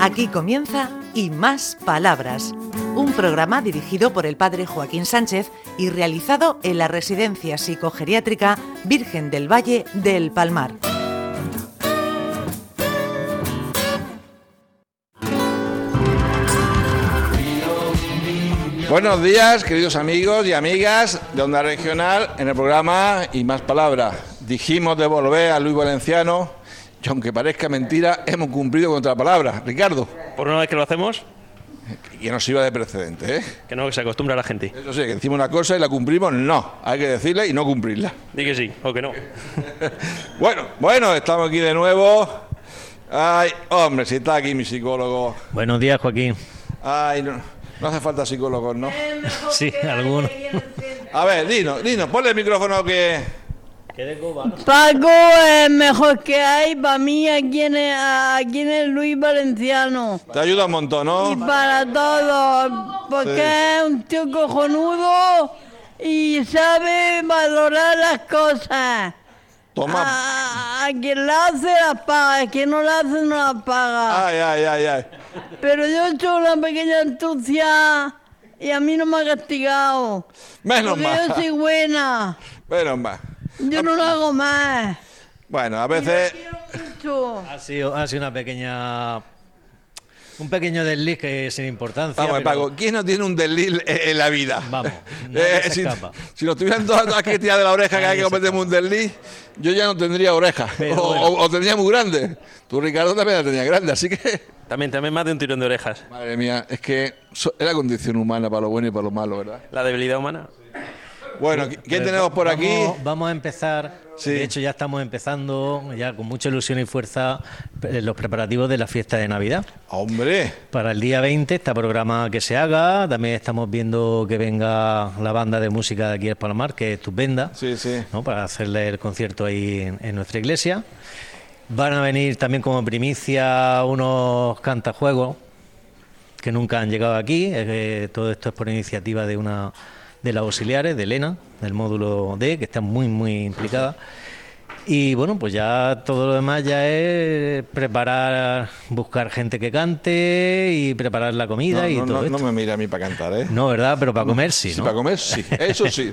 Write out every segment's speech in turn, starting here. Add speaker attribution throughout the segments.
Speaker 1: Aquí comienza Y Más Palabras, un programa dirigido por el padre Joaquín Sánchez y realizado en la Residencia Psicogeriátrica Virgen del Valle del Palmar.
Speaker 2: Buenos días, queridos amigos y amigas de Onda Regional, en el programa Y Más Palabras. Dijimos devolver a Luis Valenciano, y aunque parezca mentira, hemos cumplido con la palabra. Ricardo,
Speaker 3: Por una vez que lo hacemos,
Speaker 2: que nos sirva de precedente, ¿eh?
Speaker 3: que no se acostumbra la gente.
Speaker 2: Eso sí, que decimos una cosa y la cumplimos, no. Hay que decirla y no cumplirla.
Speaker 3: Di que sí o que no.
Speaker 2: Bueno, bueno, estamos aquí de nuevo. Ay, hombre, si está aquí mi psicólogo.
Speaker 4: Buenos días, Joaquín.
Speaker 2: Ay, no, no hace falta psicólogos, ¿no?
Speaker 4: Sí, alguno.
Speaker 2: A ver, Dino, Dino, ponle el micrófono que...
Speaker 5: Paco es mejor que hay para mí aquí en, el, aquí en el Luis Valenciano.
Speaker 2: Te ayuda un montón,
Speaker 5: Y
Speaker 2: ¿no?
Speaker 5: para todos, porque
Speaker 2: Sí.
Speaker 5: es un tío cojonudo y sabe valorar las cosas. Ah,
Speaker 2: Toma,
Speaker 5: A, a quien la hace las paga, a quien no la hace no las paga.
Speaker 2: Ay, ay, ay, ay.
Speaker 5: Pero yo he hecho una pequeña astucia y a mí no me ha castigado.
Speaker 2: Menos
Speaker 5: Porque yo soy
Speaker 2: mal.
Speaker 5: buena,
Speaker 2: Menos mal.
Speaker 5: yo no lo hago más.
Speaker 2: Bueno, a
Speaker 5: Y lo
Speaker 2: veces.
Speaker 5: quiero mucho.
Speaker 4: Ha sido, ha sido una pequeña. Un pequeño desliz que sin importancia.
Speaker 2: Vamos,
Speaker 4: pero-
Speaker 2: Paco, ¿quién no tiene un delil en en la vida?
Speaker 4: Vamos, nadie
Speaker 2: Eh,
Speaker 4: se
Speaker 2: si,
Speaker 4: escapa.
Speaker 2: si nos tuvieran todas las que tirar de la oreja cada vez
Speaker 4: Nadie
Speaker 2: que
Speaker 4: se
Speaker 2: cometemos un desliz, yo ya no tendría oreja.
Speaker 4: Pero
Speaker 2: o,
Speaker 4: bueno.
Speaker 2: o- o tendría muy grande. Tú, Ricardo, también la tenía grande, así que.
Speaker 3: También, también más de un tirón de orejas.
Speaker 2: Madre mía, es que so- es la condición humana para lo bueno y para lo malo, ¿verdad?
Speaker 3: La debilidad humana.
Speaker 2: Bueno, ¿qué- ¿qué
Speaker 4: pero
Speaker 2: tenemos por
Speaker 4: vamos-
Speaker 2: aquí?
Speaker 4: Vamos a empezar.
Speaker 2: Sí.
Speaker 4: De hecho, ya estamos empezando, ya con mucha ilusión y fuerza, eh, los preparativos de la fiesta de Navidad.
Speaker 2: Hombre,
Speaker 4: Para el día 20 está programa que se haga. También estamos viendo que venga la banda de música de aquí del Palomar, que es estupenda.
Speaker 2: sí, sí.
Speaker 4: ¿no? para hacerle el concierto ahí en, en nuestra iglesia. Van a venir también como primicia unos cantajuegos que nunca han llegado aquí. Es que todo esto es por iniciativa de una de las auxiliares, de Elena, del módulo D, que está muy, muy implicada. Y bueno, pues ya todo lo demás ya es preparar, buscar gente que cante y preparar la comida
Speaker 2: No,
Speaker 4: y
Speaker 2: no,
Speaker 4: todo
Speaker 2: no- no
Speaker 4: esto.
Speaker 2: me mira a mí para cantar, ¿eh?
Speaker 4: No, ¿verdad? Pero para comer sí,
Speaker 2: Sí,
Speaker 4: ¿no?
Speaker 2: para comer, sí. Eso sí.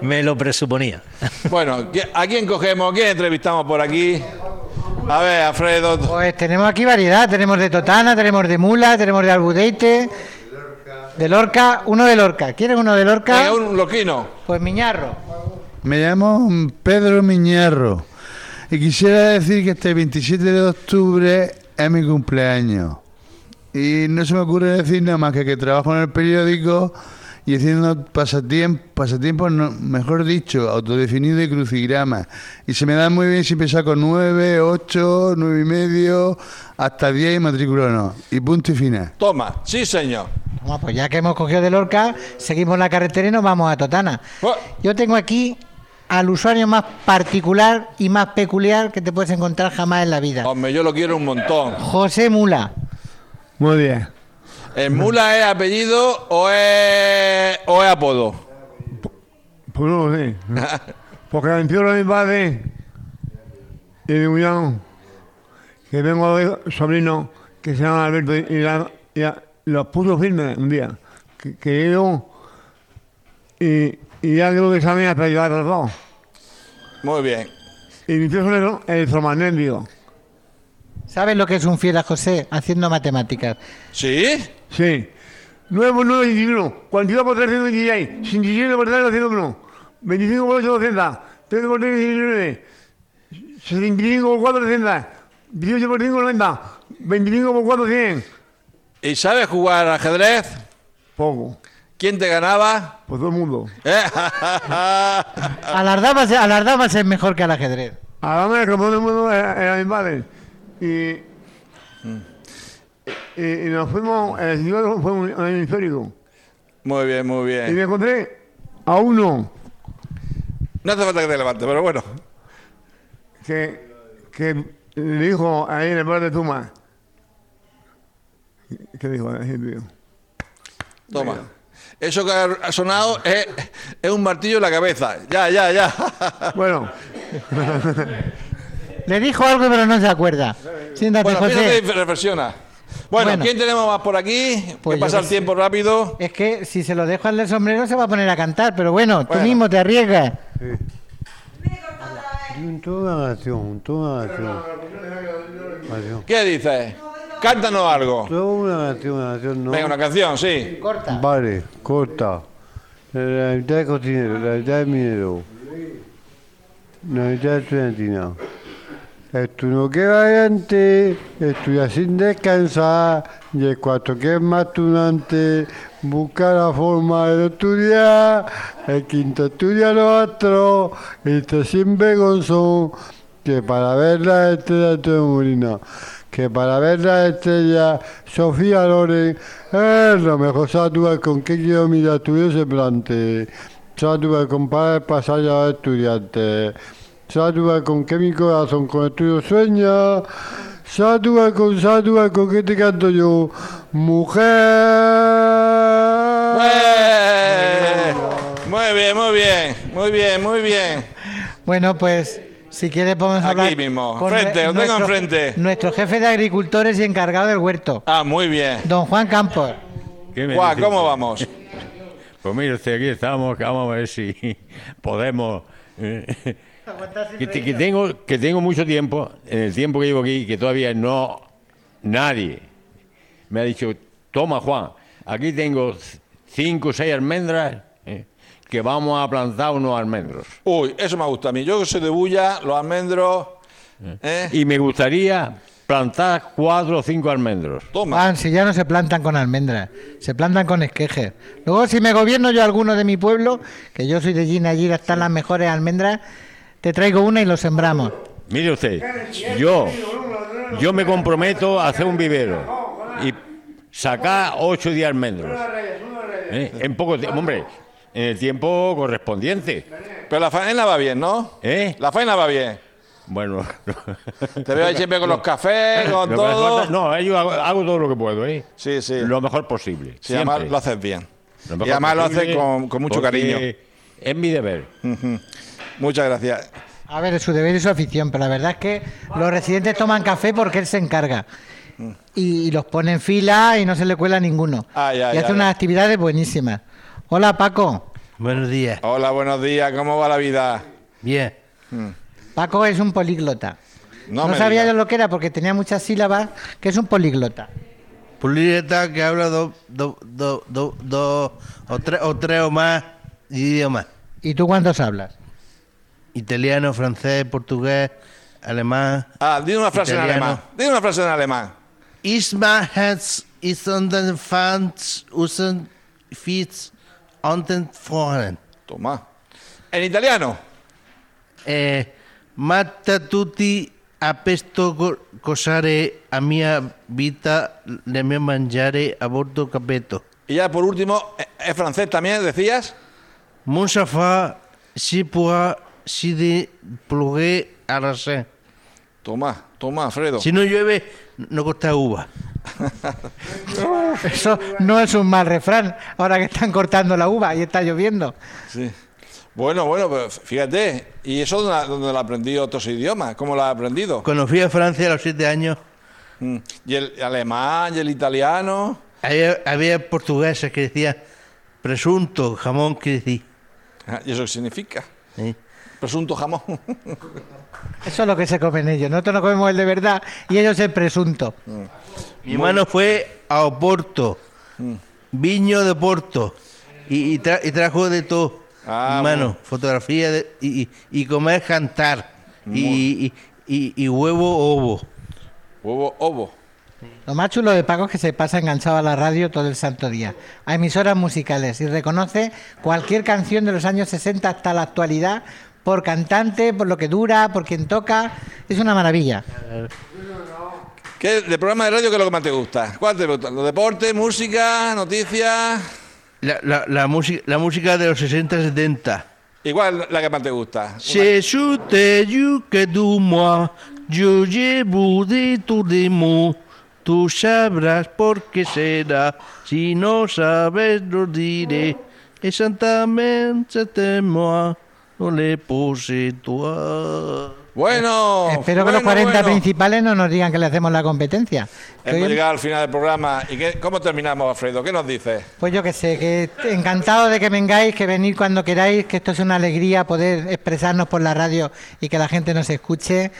Speaker 4: Me lo presuponía.
Speaker 2: Bueno, ¿qui- ¿a quién cogemos? ¿Quién entrevistamos por aquí? A ver, Alfredo.
Speaker 6: Pues tenemos aquí variedad, tenemos de Totana, tenemos de Mula, tenemos de Albudeite, de Lorca, uno de Lorca. ¿Quieres uno de Lorca?
Speaker 2: Venga, Eh, un loquino.
Speaker 6: Pues Miñarro.
Speaker 7: Me llamo Pedro Miñarro y quisiera decir que este 27 de octubre es mi cumpleaños. Y no se me ocurre decir nada más que que trabajo en el periódico y haciendo pasatiempos, pasatiempos no, mejor dicho, autodefinido y crucigramas. Y se me da muy bien si empezar con 9, 8, 9 y medio, hasta 10 y matrícula no. Y punto y final.
Speaker 2: Toma, sí, señor.
Speaker 6: Bueno, pues ya que hemos cogido de Lorca, seguimos la carretera y nos vamos a Totana.
Speaker 2: Bueno.
Speaker 6: Yo tengo aquí al usuario más particular y más peculiar que te puedes encontrar jamás en la vida.
Speaker 2: Hombre, yo lo quiero un montón.
Speaker 6: José Mula.
Speaker 7: Muy bien.
Speaker 2: ¿El mula es apellido o es, o es apodo?
Speaker 7: Pues no sé. Porque venció de mi padre y de mi cuñado, que tengo dos sobrinos que se llaman Alberto y, la- y la- los puso firmes un día. Que, que yo y, y ya creo que saben hasta llevar los dos.
Speaker 2: Muy bien.
Speaker 7: Y mi tío es el electromagnético.
Speaker 6: ¿Sabes lo que es un fiel a José haciendo matemáticas?
Speaker 2: ¿Sí?
Speaker 7: Sí. 9 por 9, 21. 42 por 3, 126. 57 por 3, 201. 25 por 8, 200. 30 por 3, 19. 75 por 4, 300. 18 por 5, 90. 25 por 4, 100.
Speaker 2: ¿Y sabes jugar al ajedrez?
Speaker 7: Poco.
Speaker 2: ¿Quién te ganaba?
Speaker 7: Pues todo el mundo.
Speaker 2: ¿Eh?
Speaker 6: A las damas, a las damas es mejor que al ajedrez.
Speaker 7: A la madre, como todo el mundo, era, era mi padre. Y, y, y nos fuimos. El señor fue un, un hemisférico.
Speaker 2: muy bien, muy
Speaker 7: Y me
Speaker 2: bien.
Speaker 7: encontré a uno.
Speaker 2: No hace falta que te levantes, pero bueno.
Speaker 7: que, que le dijo ahí en el bar de Tuma. ¿Qué dijo ese tío?
Speaker 2: Toma. Eso que ha sonado es, es un martillo en la cabeza. Ya, ya, ya.
Speaker 7: Bueno,
Speaker 6: Le dijo algo, pero no se acuerda. Siéntate,
Speaker 2: Bueno,
Speaker 6: José.
Speaker 2: fíjate y reflexiona. Bueno,
Speaker 6: Bueno.
Speaker 2: ¿quién tenemos más por aquí?
Speaker 6: Pues
Speaker 2: que
Speaker 6: yo
Speaker 2: pasa
Speaker 6: qué
Speaker 2: el
Speaker 6: sé.
Speaker 2: tiempo rápido.
Speaker 6: Es que si se lo dejo al del sombrero se va a poner a cantar, pero bueno, tú
Speaker 2: Bueno.
Speaker 6: mismo te arriesgas.
Speaker 7: Un toda nación, un toda nación. Nación.
Speaker 2: ¿Qué dices? Cántanos algo.
Speaker 7: Toda una nación, una nación, no.
Speaker 2: Venga, una canción, sí.
Speaker 6: Corta.
Speaker 7: Vale, corta. La Navidad de cocinero, la Navidad de minero. Navidad estudiantina. Estudio que variante, estudia sin descansar, y el cuarto que es más tunante, busca la forma de estudiar, el quinto estudia lo otro, este sin vergonzón, que para ver la estrella de Molina, que para ver la estrella Sofía Loren, es lo mejor satura con que quiero mirar tuyo semblante, satura con para el pasaje a los estudiantes, satura con que mi corazón con el tuyo sueña, satura con satura con que te canto yo, mujer.
Speaker 2: ¡Eh! Muy bien, muy bien, muy bien, muy bien.
Speaker 6: Bueno, pues si quieres podemos
Speaker 2: Aquí
Speaker 6: hablar
Speaker 2: mismo,
Speaker 6: con
Speaker 2: frente,
Speaker 6: nue-
Speaker 2: lo tengo
Speaker 6: nuestro-
Speaker 2: enfrente.
Speaker 6: Nuestro jefe de agricultores y encargado del huerto,
Speaker 2: Ah, muy bien.
Speaker 6: don Juan Campos.
Speaker 8: ¿Qué me
Speaker 2: Juan,
Speaker 8: dice
Speaker 2: ¿cómo
Speaker 8: usted?
Speaker 2: vamos?
Speaker 8: Pues mire usted, aquí estamos, que vamos a ver si podemos... eh, que, te- que tengo, que tengo mucho tiempo, en el tiempo que llevo aquí, que todavía no nadie me ha dicho, toma Juan, aquí tengo c- cinco o seis almendras eh, que vamos a plantar unos almendros.
Speaker 2: Uy, eso me gusta a mí. Yo que soy de Bulla, los almendros. ¿eh?
Speaker 8: Y me gustaría plantar cuatro o cinco almendros.
Speaker 2: Toma.
Speaker 6: Juan, si ya no se plantan con almendras, se plantan con esquejes. Luego, si me gobierno yo alguno de mi pueblo, que yo soy de Gina, allí están las mejores almendras, te traigo una y lo sembramos.
Speaker 8: Mire usted, yo, yo me comprometo a hacer un vivero y sacar 8 o 10 almendros. ¿eh? En poco tiempo, hombre, en el tiempo correspondiente.
Speaker 2: Pero la faena va bien, ¿no?
Speaker 8: ¿eh?
Speaker 2: La faena va bien.
Speaker 8: Bueno,
Speaker 2: Te veo ahí siempre con los cafés,
Speaker 8: lo
Speaker 2: con
Speaker 8: que me
Speaker 2: todo.
Speaker 8: falta- no, eh, yo hago, hago todo lo que puedo, ¿eh?
Speaker 2: Sí, sí.
Speaker 8: Lo mejor posible.
Speaker 2: Sí, además
Speaker 8: siempre.
Speaker 2: lo haces bien.
Speaker 8: Lo
Speaker 2: Y
Speaker 8: mejor
Speaker 2: además lo haces
Speaker 8: posible
Speaker 2: con, con mucho
Speaker 8: porque
Speaker 2: cariño.
Speaker 8: Es mi deber.
Speaker 2: Muchas gracias.
Speaker 6: A ver, es su deber y su afición, pero la verdad es que los residentes toman café porque él se encarga. Y, y los pone en fila y no se le cuela ninguno.
Speaker 2: Ay, ay,
Speaker 6: y hace
Speaker 2: ay,
Speaker 6: unas
Speaker 2: ay.
Speaker 6: actividades buenísimas. Hola, Paco.
Speaker 9: Buenos días.
Speaker 2: Hola, buenos días. ¿Cómo va la vida?
Speaker 9: Bien.
Speaker 6: Paco es un políglota.
Speaker 2: No
Speaker 6: No,
Speaker 2: me
Speaker 6: sabía
Speaker 2: digas.
Speaker 6: yo lo que era porque tenía muchas sílabas, que es un políglota.
Speaker 4: Pulireta que habla dos dos dos dos dos o tres o tres o más idiomas.
Speaker 6: ¿Y tú cuántos hablas?
Speaker 4: Italiano, francés, portugués, alemán.
Speaker 2: Ah, dime una frase en
Speaker 4: Italiano.
Speaker 2: alemán. Dime una frase en alemán.
Speaker 4: Isma Herz ist an den Fans, usen Fitz, an den Foren.
Speaker 2: Toma. En italiano.
Speaker 4: Eh, Matta tutti a pesto co- cosare a mia vita le mie mangiare a bordo capetto.
Speaker 2: Y ya por último, eh, ¿es francés también, decías?
Speaker 4: Mon chafa, si pourra, si de plugué a la sed.
Speaker 2: Toma, toma, Alfredo.
Speaker 4: Si no llueve, no corta uva.
Speaker 6: Eso no es un mal refrán, ahora que están cortando la uva y está lloviendo.
Speaker 2: Sí. Bueno, bueno, pero fíjate. ¿Y eso donde, la- donde lo has aprendido otros idiomas? ¿Cómo lo has aprendido?
Speaker 4: Cuando fui a Francia a los siete años,
Speaker 2: Mm. ¿Y el alemán y el italiano?
Speaker 4: había, había portugueses que decían presunto, jamón, que decía.
Speaker 2: Ah, ¿Y eso qué significa?
Speaker 4: ¿eh?
Speaker 2: Presunto jamón.
Speaker 6: Eso es lo que se comen ellos. Nosotros no comemos el de verdad y ellos el presunto.
Speaker 4: Mi hermano fue a Oporto, viño de Porto, y, y tra- y trajo de todo.
Speaker 2: Ah,
Speaker 4: Mi hermano,
Speaker 2: bueno.
Speaker 4: fotografía de- y, y- y comer cantar, y, y- y- y huevo ovo.
Speaker 2: Huevo, ovo.
Speaker 6: Lo más chulo de Paco es que se pasa enganchado a la radio todo el santo día, a emisoras musicales y reconoce cualquier canción de los años 60 hasta la actualidad por cantante, por lo que dura, por quien toca. Es una maravilla.
Speaker 2: ¿Qué, ¿De programa de radio qué es lo que más te gusta? ¿Cuál te gusta? ¿Los deportes, música, noticias?
Speaker 4: La, la- la música, la música de los 60-70.
Speaker 2: ¿Y cuál es la que más te gusta?
Speaker 4: C'est sous tes yeux que du moi, yo llevo de tu demo. Tú sabrás por qué será, si no sabes lo diré. Exactamente moi, no le puse toi.
Speaker 2: Bueno,
Speaker 6: Eh, Espero que
Speaker 2: Oh, bueno,
Speaker 6: los 40
Speaker 2: bueno.
Speaker 6: principales no nos digan que le hacemos la competencia. Que
Speaker 2: Hemos
Speaker 6: hoy-
Speaker 2: llegado al final del programa. ¿Y qué- cómo terminamos, Alfredo? ¿Qué nos dices?
Speaker 6: pues yo que sé, que encantado de que vengáis, que venir cuando queráis, que esto es una alegría poder expresarnos por la radio y que la gente nos escuche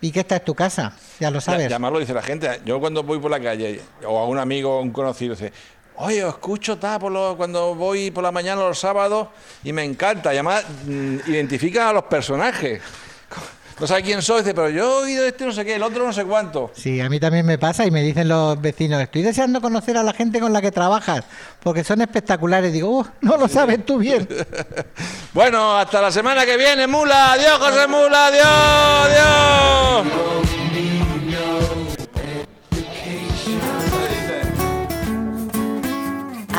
Speaker 6: y que esta es tu casa, ya lo sabes.
Speaker 2: Ya- Llamarlo dice la gente. Yo cuando voy por la calle o a un amigo o un conocido dice, oye, os escucho tá, por los- cuando voy por la mañana los sábados y me encanta. Y además mm, identifica a los personajes. No sabe quién soy, dice, pero yo he oído este no sé qué, el otro no sé cuánto.
Speaker 6: Sí, a mí también me pasa y me dicen los vecinos, estoy deseando conocer a la gente con la que trabajas, porque son espectaculares. Digo, "Uh, no lo sabes tú bien.
Speaker 2: Bueno, hasta la semana que viene, Mula. Adiós, José Mula. Adiós, adiós.